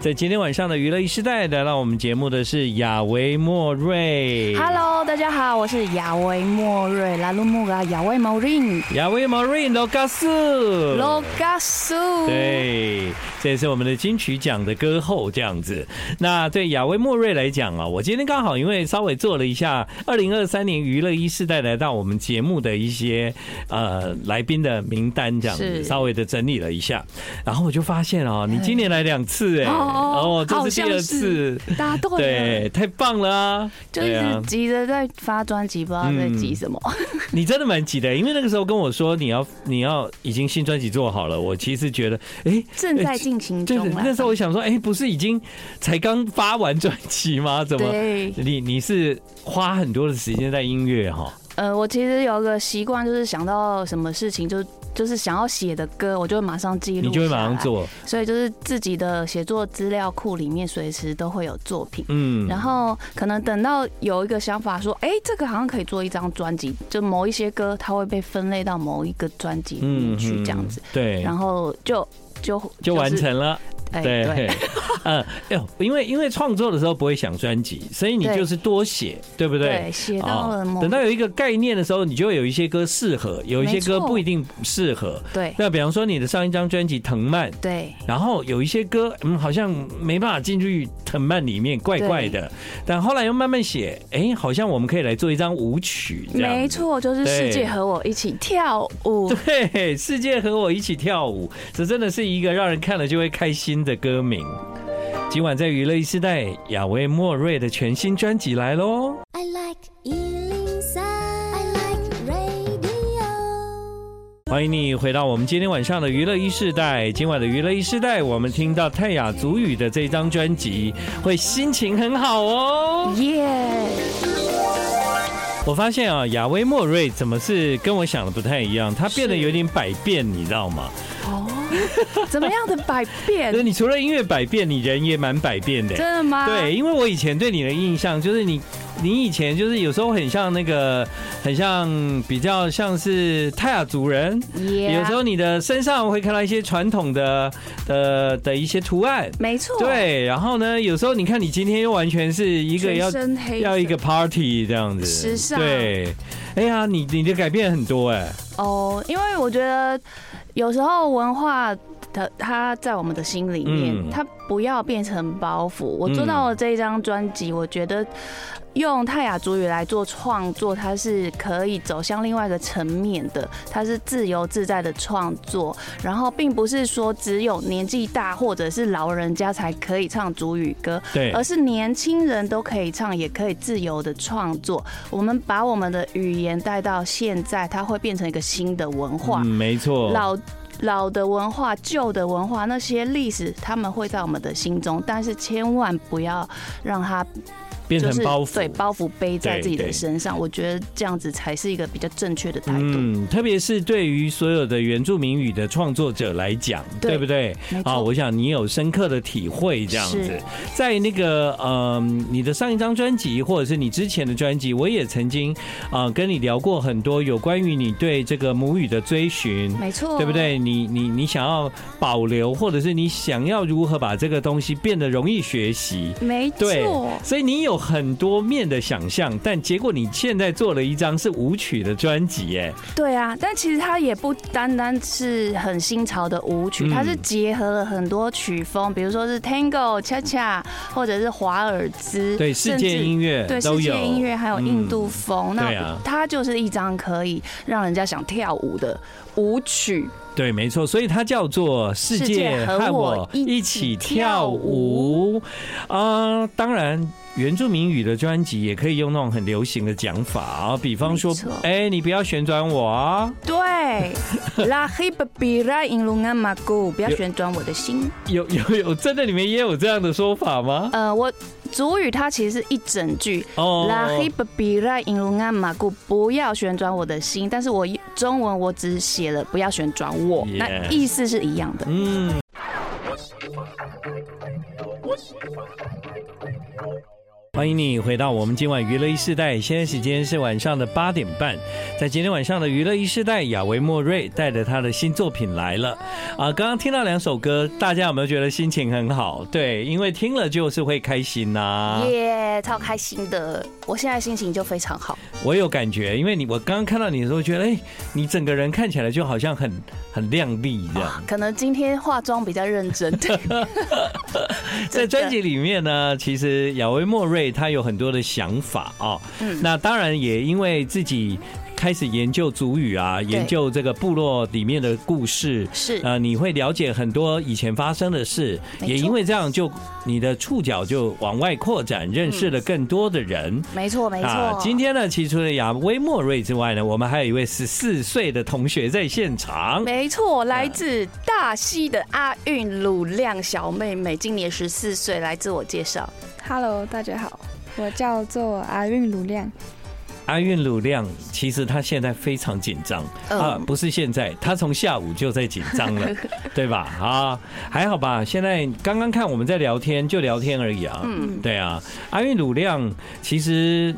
在今天晚上的娱乐一时代，来到我们节目的是亚维莫瑞。 Hello，大家好，我是亚维莫瑞拉鲁木啊，亚维莫瑞亚维莫瑞罗嘎斯。罗嘎苏。，对，这也是我们的金曲奖的歌后这样子。那对亚威莫瑞来讲啊，我今天刚好因为稍微做了一下二零二三年娱乐一世代来到我们节目的一些呃来宾的名单这样子，是稍微的整理了一下，然后我就发现哦，你今年来两次哎，哦这是第二次。答对了，对，太棒了啊！啊就对一啊嗯直急着在发专辑，不知道在急什么。 你真的蛮急的，因为那个时候跟我说你要你要已经新专辑做好了，我其实觉得，哎，正在进 行就中啊是啦。那时候我想说，哎、不是已经才刚发完专辑吗？怎么？对，你你是花很多的时间在音乐哈，呃，我其实有个习惯，就是想到什么事情就就是想要写的歌，我就会马上记录，你就会马上，做，所以就是自己的写作资料库里面随时都会有作品。嗯，然后可能等到有一个想法说，哎、这个好像可以做一张专辑，就某一些歌它会被分类到某一个专辑里面去这样子，嗯，对，然后就就就完，是成了，哎、对， 嗯，哎呦，因为因为创作的时候不会想专辑，所以你对就是多写，对不对？对，写到了某、哦等到有一个概念的时候，你就会有一些歌适合，有一些歌没错不一定适合。对那比方说你的上一张专辑《藤蔓》，对然后有一些歌，嗯，好像没办法进去藤蔓里面，怪怪的。但后来又慢慢写，哎，好像我们可以来做一张舞曲，这样没。错，就是对世界和我一起跳舞， 对，世界和我一起跳舞，这真的是一个让人看了就会开心的歌名。今晚在娱乐一时代，亚维莫瑞的全新专辑来喽。 I like Ealing Sound. I like radio. 欢迎你回到我们今天晚上的娱乐一世代。今晚的娱乐一世代，我们听到泰雅族语的这张专辑，会心情很好哦。耶、我发现啊，亚威莫瑞怎么是跟我想的不太一样？他变得有点百变，你知道吗？哦，怎么样的百 变那？你除了音乐百变，你人也蛮百变的。真的吗？对，，因为我以前对你的印象就是你，你以前就是有时候很像那个，很像比较像是泰雅族人。有时候你的身上会看到一些传统的的的一些图案，没错，，对。然后呢，有时候你看你今天又完全是一个要全身黑要一个色 party 这样子，时尚对，哎呀，你你的改变很多哎、哦，因为我觉得有时候文化的它在我们的心里面，嗯它不要变成包袱。我做到了这一张专辑，我觉得用泰雅族语来做创作，它是可以走向另外一个层面的，它是自由自在的创作，然后并不是说只有年纪大或者是老人家才可以唱族语歌，对而，是年轻人都可以唱，也可以自由的创作。我们把我们的语言带到现在，它会变成一个新的文化嗯，。没错，老老的文化、旧的文化，那些历史，他们会在我们的心中，但是千万不要让它变就成是包袱，对包袱背在对自己对的身上。我觉得这样子才是一个比较正确的态度。嗯，特别是对于所有的原住民语的创作者来讲，对对不对？没啊，错我，想你有深刻的体会，这样子是，在那个呃，你的上一张专辑或者是你之前的专辑，我也曾经啊、呃跟你聊过很多有关于你对这个母语的追寻，没错，对不？对？你你你想要保留，或者是你想要如何把这个东西变得容易学习？没对错，，所以你有很多面的想象，但结果你现在做了一张是舞曲的专辑，哎，对啊，但其实它也不单单是很新潮的舞曲，嗯它是结合了很多曲风，比如说是 Tango、恰恰，或者是华尔兹，对，世界音乐乐对都世有嗯界音乐还有印度风，对啊那它就是一张可以让人家想跳舞的舞曲。对，没错，所以它叫做《世界和我一起跳舞》啊、当然。原住民语的专辑也可以用那种很流行的讲法啊，比方说没错，哎、你不要旋转我啊，对，La Hip b i r a in Lunga Magu，不要旋转我的心。有有有，真的里面也有这样的说法吗？呃，我主语它其实是一整句，哦拉黑不比拉引路安啊马故，不要旋转我的心。但是我中文我只写了不要旋转我 Yes 那意思是一样的。嗯。欢迎你回到我们今晚娱乐一世代，现在时间是晚上的八点半。在今天晚上的娱乐一世代，亚维莫瑞带着他的新作品来了。啊，刚刚听到两首歌，大家有没有觉得心情很好？对，因为听了就是会开心呐、耶、超开心的！我现在心情就非常好，我有感觉，因为你我刚刚看到你的时候，觉得哎、你整个人看起来就好像很很亮丽这样。可能今天化妆比较认真。 在专辑里面呢，其实亚维莫瑞他有很多的想法哦。嗯那当然也因为自己开始研究族语啊，研究这个部落里面的故事。是呃，你会了解很多以前发生的事，没错也因为这样就，你的触角就往外扩展，认识嗯了更多的人。没错没错、啊，今天呢，其实除了亚威莫瑞之外呢，我们还有一位十四岁的同学在现场。没错，来自大溪的阿韵鲁亮小妹妹，今年十四岁，来自我介绍。 Hello，大家好，我叫做阿韵鲁亮。阿韵鲁亮，其实他现在非常紧张、嗯啊，不是现在，他从下午就在紧张 了，对吧？啊，还好吧。现在刚刚看我们在聊天，就聊天而已啊。嗯对啊，阿韵鲁亮其实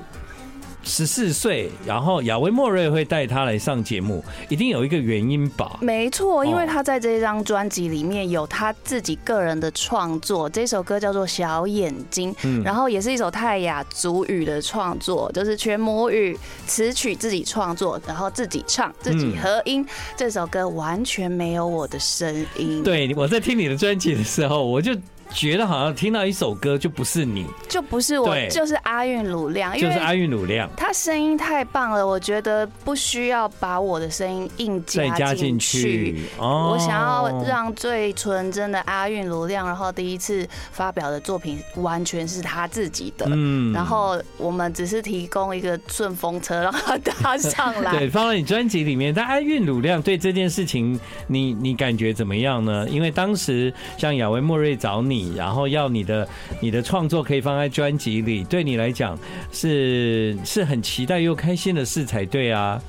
十四岁，然后亚威莫瑞会带他来上节目，一定有一个原因吧？没错，因哦为她在这张专辑里面有她自己个人的创作，这首歌叫做《小眼睛》，嗯然后也是一首泰雅族语的创作，就是全母语词曲自己创作，然后自己唱、自己合嗯音。这首歌完全没有我的声 音，，对，我在听你的专辑的时候，我就觉得好像听到一首歌就不是你，就不是我对，就是阿韵鲁亮，因就是为阿韵鲁亮。他声音太棒了，我觉得不需要把我的声音硬再加加进进去。去，哦我想要让最纯真的阿韵卢亮，然后第一次发表的作品完全是他自己的。嗯然后我们只是提供一个顺风车让他搭上来 对，。放到你专辑里面。但安韵乳亮对这件事情，你你感觉怎么样呢？因为当时像亚维莫瑞找你，然后要你的你的创作可以放在专辑里，对你来讲是是很期待又开心的事才对啊。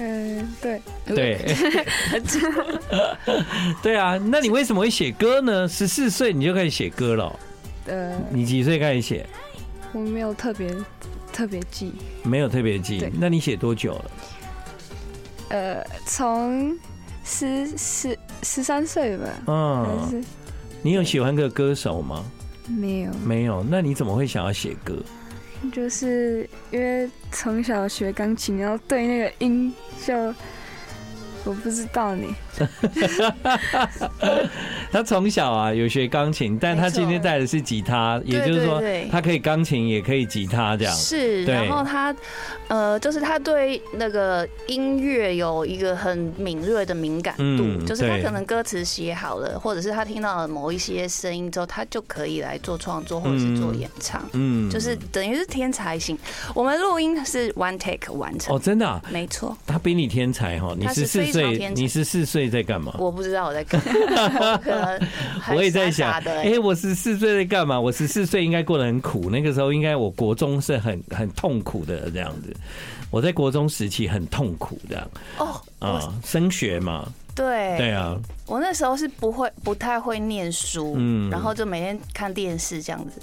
嗯、对，对， 对啊。那你为什么会写歌呢？十四岁你就开始写歌了哦、呃，你几岁开始写？我没有特别特别记，没有特别记对。那你写多久了？呃，从十十十三岁吧，还嗯，是你有喜欢个歌手吗？没有，没有。那你怎么会想要写歌？就是因为从小学钢琴，然后对那个音就我不知道呢。他从小啊有学钢琴，但他没错今天带的是吉他，也就是说对对对他可以钢琴也可以吉他这样。是，对然后他，呃，就是他对那个音乐有一个很敏锐的敏感度，嗯就是他对可能歌词写好了，或者是他听到了某一些声音之后，他就可以来做创作或者是做嗯演唱，嗯就是等于是天才型。我们录音是 one take 完成，哦，真的、啊，没错，他比你天才哈！你他十是四非常岁，天才你十四岁在干嘛？我不知道我 在干嘛，我可能很我也在想，傻傻的、欸哎、我十四岁在干嘛？我十四岁应该过得很苦，那个时候应该我国中是很很痛苦的这样子。我在国中时期很痛苦这样哦，啊，升学嘛，对，对啊，我那时候是不会不太会念书，嗯然后就每天看电视这样子。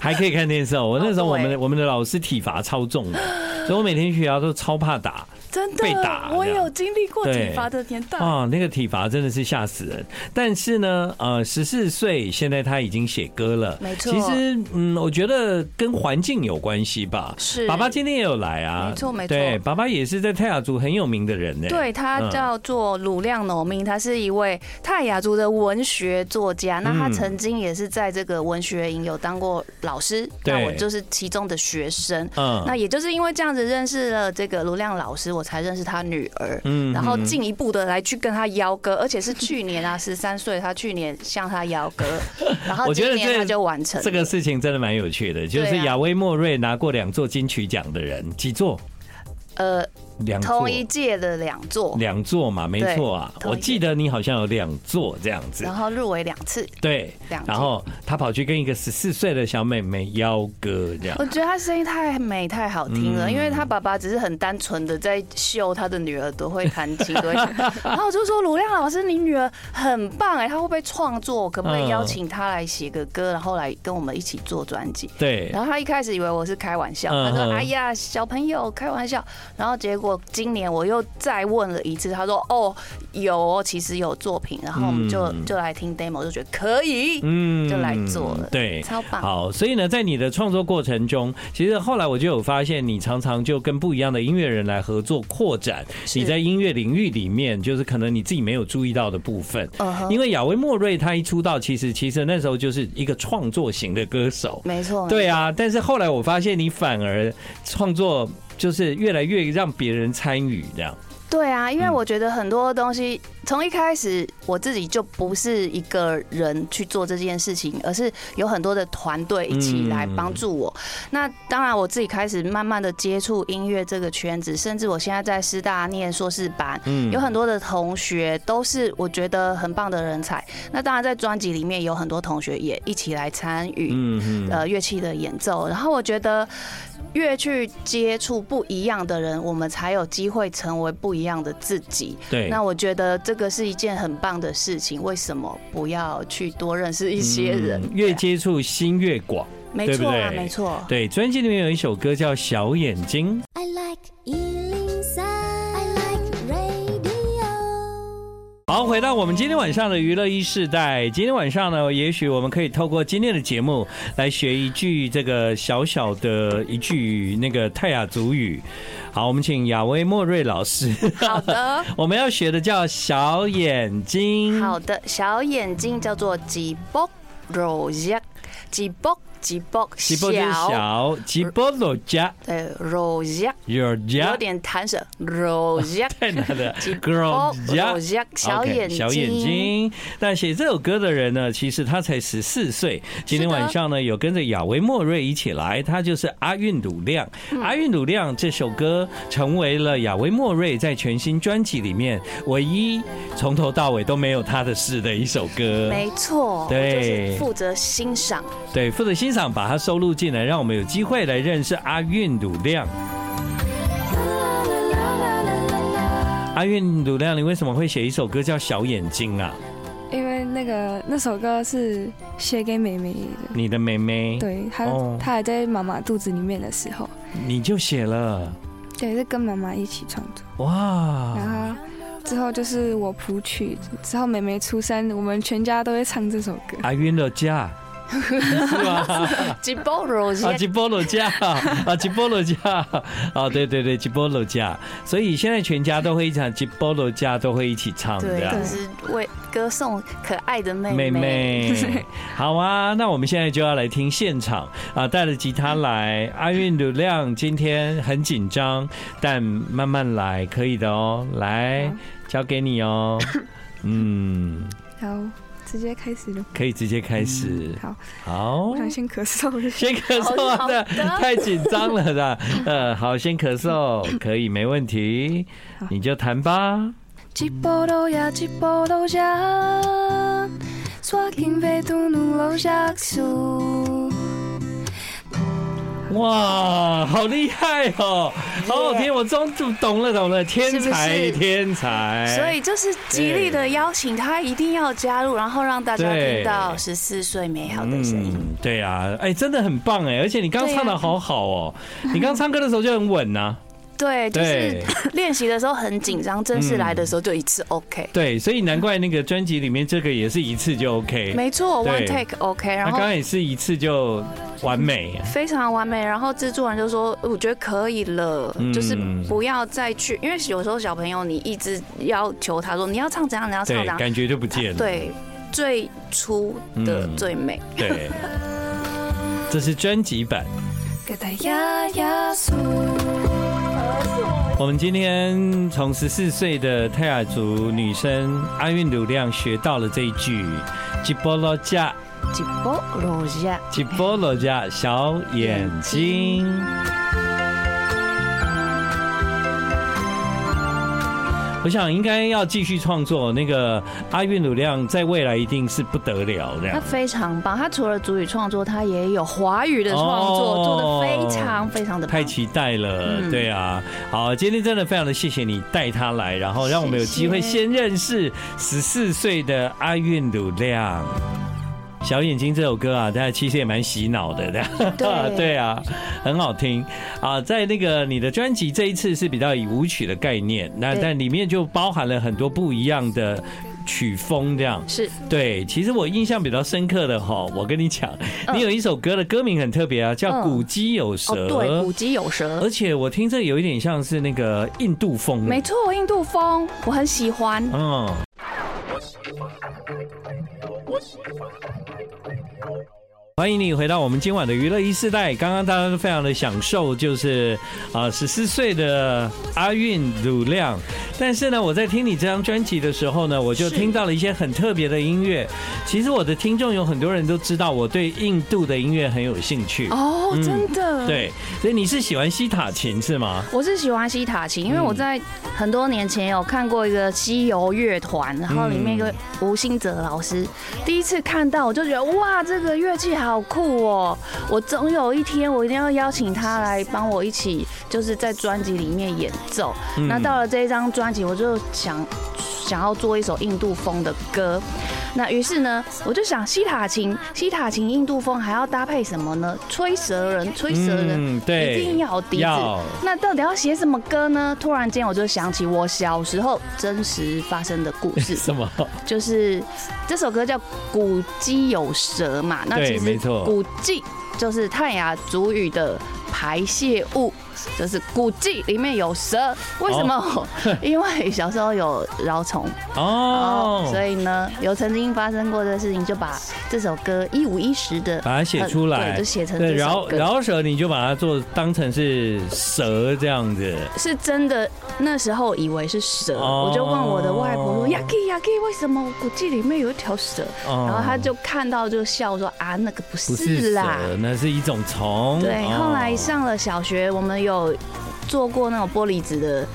还可以看电视哦。我那时候哦我对们的我们的老师体罚超重的，所以我每天去学校都超怕打。真的，被打我这样有经历过对体罚的年代。啊、那个体罚真的是吓死人。但是呢，呃，十四岁现在他已经写歌了，没错其实，嗯，我觉得跟环境有关系吧。是爸爸今天也有来啊，没错没错对，爸爸也是在泰雅族很有名的人呢。对他嗯叫做鲁亮农命，他是一位泰雅族的文学作家。那他嗯曾经也是在这个文学营有当过老师，对那我就是其中的学生。嗯那也就是因为这样子认识了这个卢亮老师，我才认识他女儿，嗯然后进一步的来去跟他邀歌，而且是去年啊，十三岁，他去年向他邀 歌，然后我觉今得年这他就完成了这个事情真的蛮有趣的，就对是啊亚威莫瑞拿过两座金曲奖的人，几座？呃两座同一届的两座，哦两座嘛，没错啊。对同我一记得你好像有两座这样子然，后入围两次，对。两然座。后他跑去跟一个十四岁的小妹妹邀歌，这样我觉得她声音太美太好听了，嗯因为她爸爸只是很单纯的在秀她的女儿多会弹琴，多 会唱。然后我就说：“卢亮老师，你女儿很棒哎，她会不会创作？可不可嗯以邀请她来写个歌，然后来跟我们一起做专辑？”对然，后他一开始以为我是开玩笑，他嗯说哼：“哎呀，小朋友开玩笑。”然后结果今年我又再问了一次，他说：“哦，有哦，其实有作品。”然后我们就嗯就来听 demo，就觉得可以，嗯就来做了对，超棒。好，所以呢，在你的创作过程中，其实后来我就有发现，你常常就跟不一样的音乐人来合作扩展是你在音乐领域里面，就是可能你自己没有注意到的部分。嗯哼因为亚威莫瑞他一出道，其实其实那时候就是一个创作型的歌手，没错，对啊。但是后来我发现你反而创作就是越来越让别人参与这样，对啊，因为嗯我觉得很多东西从一开始我自己就不是一个人去做这件事情，而是有很多的团队一起来帮助嗯我。那当然，我自己开始慢慢的接触音乐这个圈子，甚至我现在在师大念硕士班，嗯有很多的同学都是我觉得很棒的人才。那当然，在专辑里面有很多同学也一起来参与，嗯嗯呃乐器的演奏，然后我觉得越去接触不一样的人，我们才有机会成为不一样的自己。对。那我觉得这个是一件很棒的事情，为什么不要去多认识一些人？嗯越接触心越广，没对不错啊，对没错。对，专辑里面有一首歌叫《小眼睛》。 I like Ealing Sound. I like radio. 好，回到我们今天晚上的娱乐一世代。今天晚上呢，也许我们可以透过今天的节目来学一句这个小小的一句那个泰雅族语。好，我们请雅威莫瑞老师， 好的，我们要学的叫小眼睛。好的。小眼睛叫做吉卜肉呀，吉卜吉卜吉波就是小，小，吉波罗加对肉呀，有有加，点弹舌，肉 呀。太难 了吉，girl 加肉。呀，小 OK，眼睛，小眼睛。那写这首歌的人呢，其实他才十四岁。今天晚上呢，有跟着亚维莫瑞一起来，他就是阿韵鲁亮。嗯阿韵鲁亮这首歌成为了亚维莫瑞在全新专辑里面唯一从头到尾都没有他的事的一首歌。没错，对我就是负责欣赏。对，负责欣赏把它收录进来，让我们有机会来认识阿韵鲁亮。阿韵鲁亮，你为什么会写一首歌叫《小眼睛》啊？因为那个那首歌是写给妹妹的，你的妹妹，对她哦她还在妈妈肚子里面的时候，你就写了。对，是跟妈妈一起创作，哇！然后之后就是我谱曲，之后妹妹出生，我们全家都会唱这首歌。阿啊晕了架，是吗？吉波罗啊，吉波罗架，啊，吉波罗架，啊，对对对，吉波罗架。所以现在全家都会一唱吉波罗架，都会一起唱这对，样就。是为歌颂可爱的妹妹妹。妹， 好啊，那我们现在就要来听现场啊，带了吉他来，阿韵鲁亮今天很紧张，但慢慢来，可以的哦，来好交给你哦，嗯，好，直接开始了。可以直接开始，好，好我，想先咳嗽一下。先咳嗽啊，好对的太紧张了 的。呃，好，先咳嗽，可以，没问题好，你就弹吧。吉波罗呀，吉波罗呀，刷金飞兔努罗下树。哇，好厉害哦，好好听，我终于懂了，懂了，天才，是不是天才。所以就是极力的邀请她一定要加入，然后让大家对听到十四岁美好的声音。嗯，对啊，哎、真的很棒哎，而且你刚对啊唱的好好哦，你刚唱歌的时候就很稳呐、啊 对，就是对练习的时候很紧张，正式来的时候就一次 OK。对，所以难怪那个专辑里面这个也是一次就 OK，没嗯错对，one take OK，那然刚后刚也是一次就完美。啊非常完美。然后制作人就说：“我觉得可以了，嗯就是不要再去，因为有时候小朋友你一直要求他说你要唱怎样，你要唱对怎，样，感觉就不见了。对，最初的嗯最美。对，这是专辑版。给他呀呀树，我们今天从十四岁的泰雅族女生阿韵鲁亮学到了这一句“吉波罗加，吉波罗亚，吉波罗加小眼睛”。我想应该要继续创作。那个阿韵鲁亮在未来一定是不得了这他样。非常棒，他除了主语创作，他也有华语的创作，哦做的非常非常的棒太。期待了，嗯对啊，好，今天真的非常的谢谢你带他来，然后让我们有机会谢谢先认识十四岁的阿韵鲁亮。小眼睛这首歌啊，大家其实也蛮洗脑的，对 对啊，很好听啊。在那个你的专辑这一次是比较以舞曲的概念，那对但里面就包含了很多不一样的曲风，这样。是对，其实我印象比较深刻的哈，我跟你讲，嗯你有一首歌的歌名很特别啊，叫《嗯古鸡有蛇哦，》。对，古鸡有蛇而，且我听这有一点像是那个印度风。没错，印度风我很喜欢。嗯。欢迎你回到我们今晚的娱乐一世代。刚刚大家都非常的享受，就是啊，十、四岁的阿韵鲁亮。但是呢，我在听你这张专辑的时候呢，我就是听到了一些很特别的音乐。其实我的听众有很多人都知道我对印度的音乐很有兴趣。哦，嗯真的。。对，所以你是喜欢西塔琴是吗？我是喜欢西塔琴，因为我在很多年前有看过一个西游乐团，然后里面一个吴兴哲老师，第一次看到我就觉得哇，这个乐器好酷哦！我总有一天我一定要邀请他来帮我一起，就是在专辑里面演奏。嗯那到了这一张专辑，我就想想要做一首印度风的歌。那于是呢，我就想西塔琴，西塔琴印度风还要搭配什么呢？吹蛇人，吹蛇人，嗯，对，一定要有笛子。要那到底要写什么歌呢？突然间我就想起我小时候真实发生的故事，什么？就是这首歌叫《古鸡有蛇》嘛。那对其没实错古鸡就是泰雅族语的排泄物，就是古鸡里面有蛇。为什么？ 因为小时候有饶虫哦，所以呢，有曾经发生过的事情，就把这首歌一五一十的把它写出来对，就写成对，这然首后歌。然后蛇你就把它做当成是蛇这样子，是真的，那时候以为是蛇，哦我就问我的外婆说：“Yaki Yaki，为什么古迹里面有一条蛇？”哦然后她就看到就笑说：“啊，那个不不是是啦。蛇，那是一种虫。对，哦后来上了小学，我们有做过那种玻璃纸的。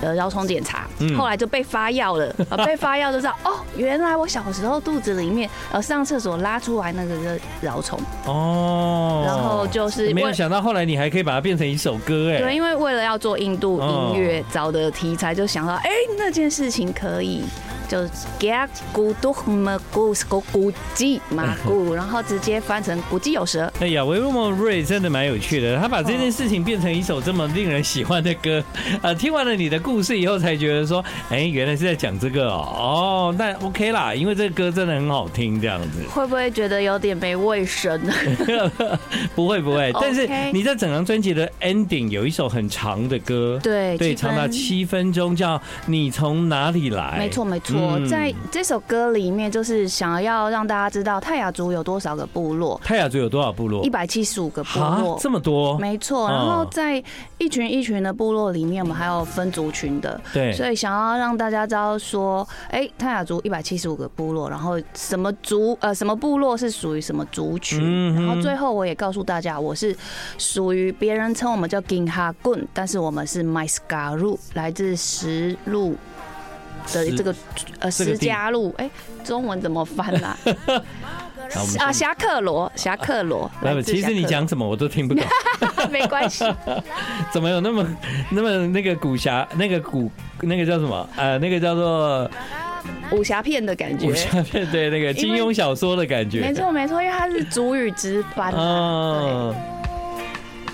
呃，蛲虫检查嗯，后来就被发 药了。啊被发药就知道，哦，原来我小时候肚子里面，呃，上厕所拉出来那个就是蛲虫，哦，然后就是没有为想到后来你还可以把它变成一首歌哎，对，因为为了要做印度音乐找的题材，就想到哎、那件事情可以。就 get 古都么古古古迹马 古，然后直接翻成古迹有蛇，哎呀，维莫瑞真的蛮有趣的，他把这件事情变成一首这么令人喜欢的歌。呃，听完了你的故事以后，才觉得说，哎，原来是在讲这个哦。哦，那 OK 啦，因为这个歌真的很好听，这样子。会不会觉得有点没卫生？ 不会不会， OK 但是你在整张专辑的 ending 有一首很长的歌，对对，七分长达七分钟，叫《你从哪里来》。没错没错，嗯在这首歌里面，就是想要让大家知道泰雅族有多少个部落，泰雅族有多少部落一？百七十五个部啊落，这么多，没错。嗯然后在一群一群的部落里面，我们还有分族群的，对，所以想要让大家知道说，哎、泰雅族一百七十五个部落，然后什么族呃什么部落是属于什么族群，嗯哼然后最后我也告诉大家，我是属于别人称我们叫 Gin Ha Gun，但是我们是 My Skaru，来自石路。的石这个呃这个石地家路，哎、中文怎么翻啦、 好我们先啊？侠客罗，侠客 罗。来吧来自其侠实你克讲什么我都听不懂，罗 没关系，怎么有 那么那么那个古侠那个古那个叫什么呃那个叫做武侠片的感觉武。侠片对那个金因庸为小说的感觉，没错没错，因为它是主语之翻、啊。对。嗯，啊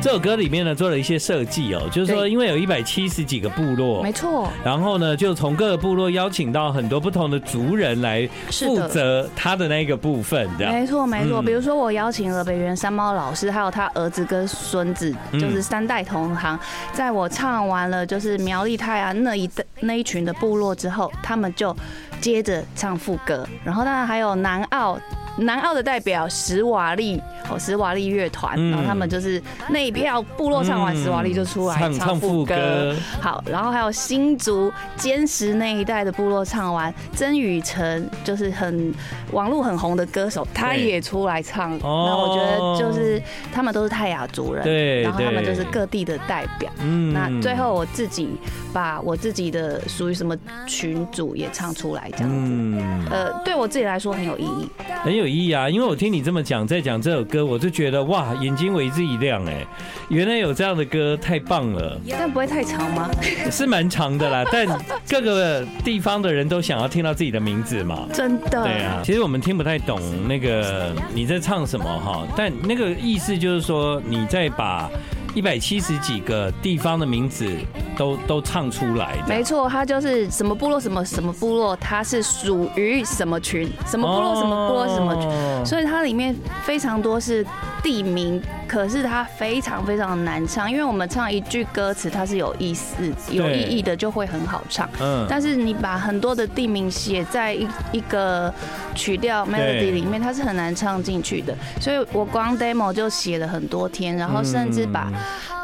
这首歌里面呢做了一些设计哦，就是说对因为有一百七十几个部落，没错，然后呢，就从各个部落邀请到很多不同的族人来是负的哎责他的那一个部分，这样。没错没错。嗯比如说，我邀请了北原山猫老师，还有他儿子跟孙子，嗯就是三代同堂。在我唱完了就是苗栗泰安那一代那一群的部落之后，他们就接着唱副歌，然后当然还有南澳。南澳的代表史瓦利哦，史瓦利乐团，嗯然后他们就是那一票部落唱完史瓦利就出来唱嗯唱副副歌，好，然后还有新竹坚实那一带的部落唱完，曾雨辰就是很网络很红的歌手，他对也出来唱。那哦我觉得就是他们都是泰雅族人，对然后他们对就是各地的代表。嗯那最后我自己把我自己的属于什么群组也唱出来，这样子。嗯，呃，对我自己来说很有意义。很有意义啊！因为我听你这么讲，在讲这首歌，我就觉得哇，眼睛为之一亮哎，原来有这样的歌，太棒了，但不会太长吗？ 是蛮长的啦，但各个地方的人都想要听到自己的名字 嘛。真的。对啊，其实我们听不太懂那个你在唱什么哈，但那个意思就是说你在把一百七十几个地方的名字都都唱出来的，没错，它就是什么部落什么什么部落，它是属于什么群，什么部落什么部落什么群，么所以它里面非常多是地名，可是它非常非常难唱，因为我们唱一句歌词它是有意思、有对意义的，就会很好唱。嗯但是你把很多的地名写在一一个曲调 melody 里面，它是很难唱进去的。所以我光 demo 就写了很多天，然后甚至把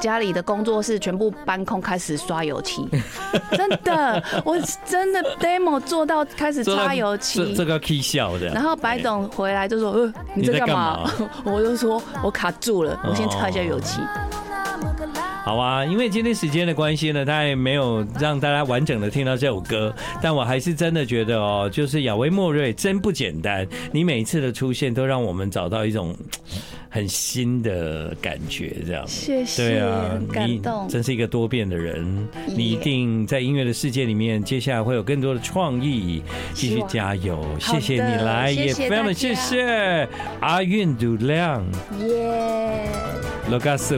家里的工作室全部搬空，开始刷油漆。真的，我真的 demo 做到开始做到擦油这漆这。个 key 笑的，然后白董回来就说：“呃，啊你在干嘛 哦你？”我就说：“我卡住了，我先擦一下油漆。好啊，因为今天时间的关系呢，他也没有让大家完整的听到这首歌，但我还是真的觉得哦，就是雅威莫瑞真不简单，你每一次的出现都让我们找到一种嘖很新的感觉，这样。谢谢，对啊很，你感动。真是一个多变的人，耶你一定在音乐的世界里面，接下来会有更多的创意，继希续望加油，好谢的谢你来，谢也谢非常的大家谢谢阿韵度量耶。罗嘎素。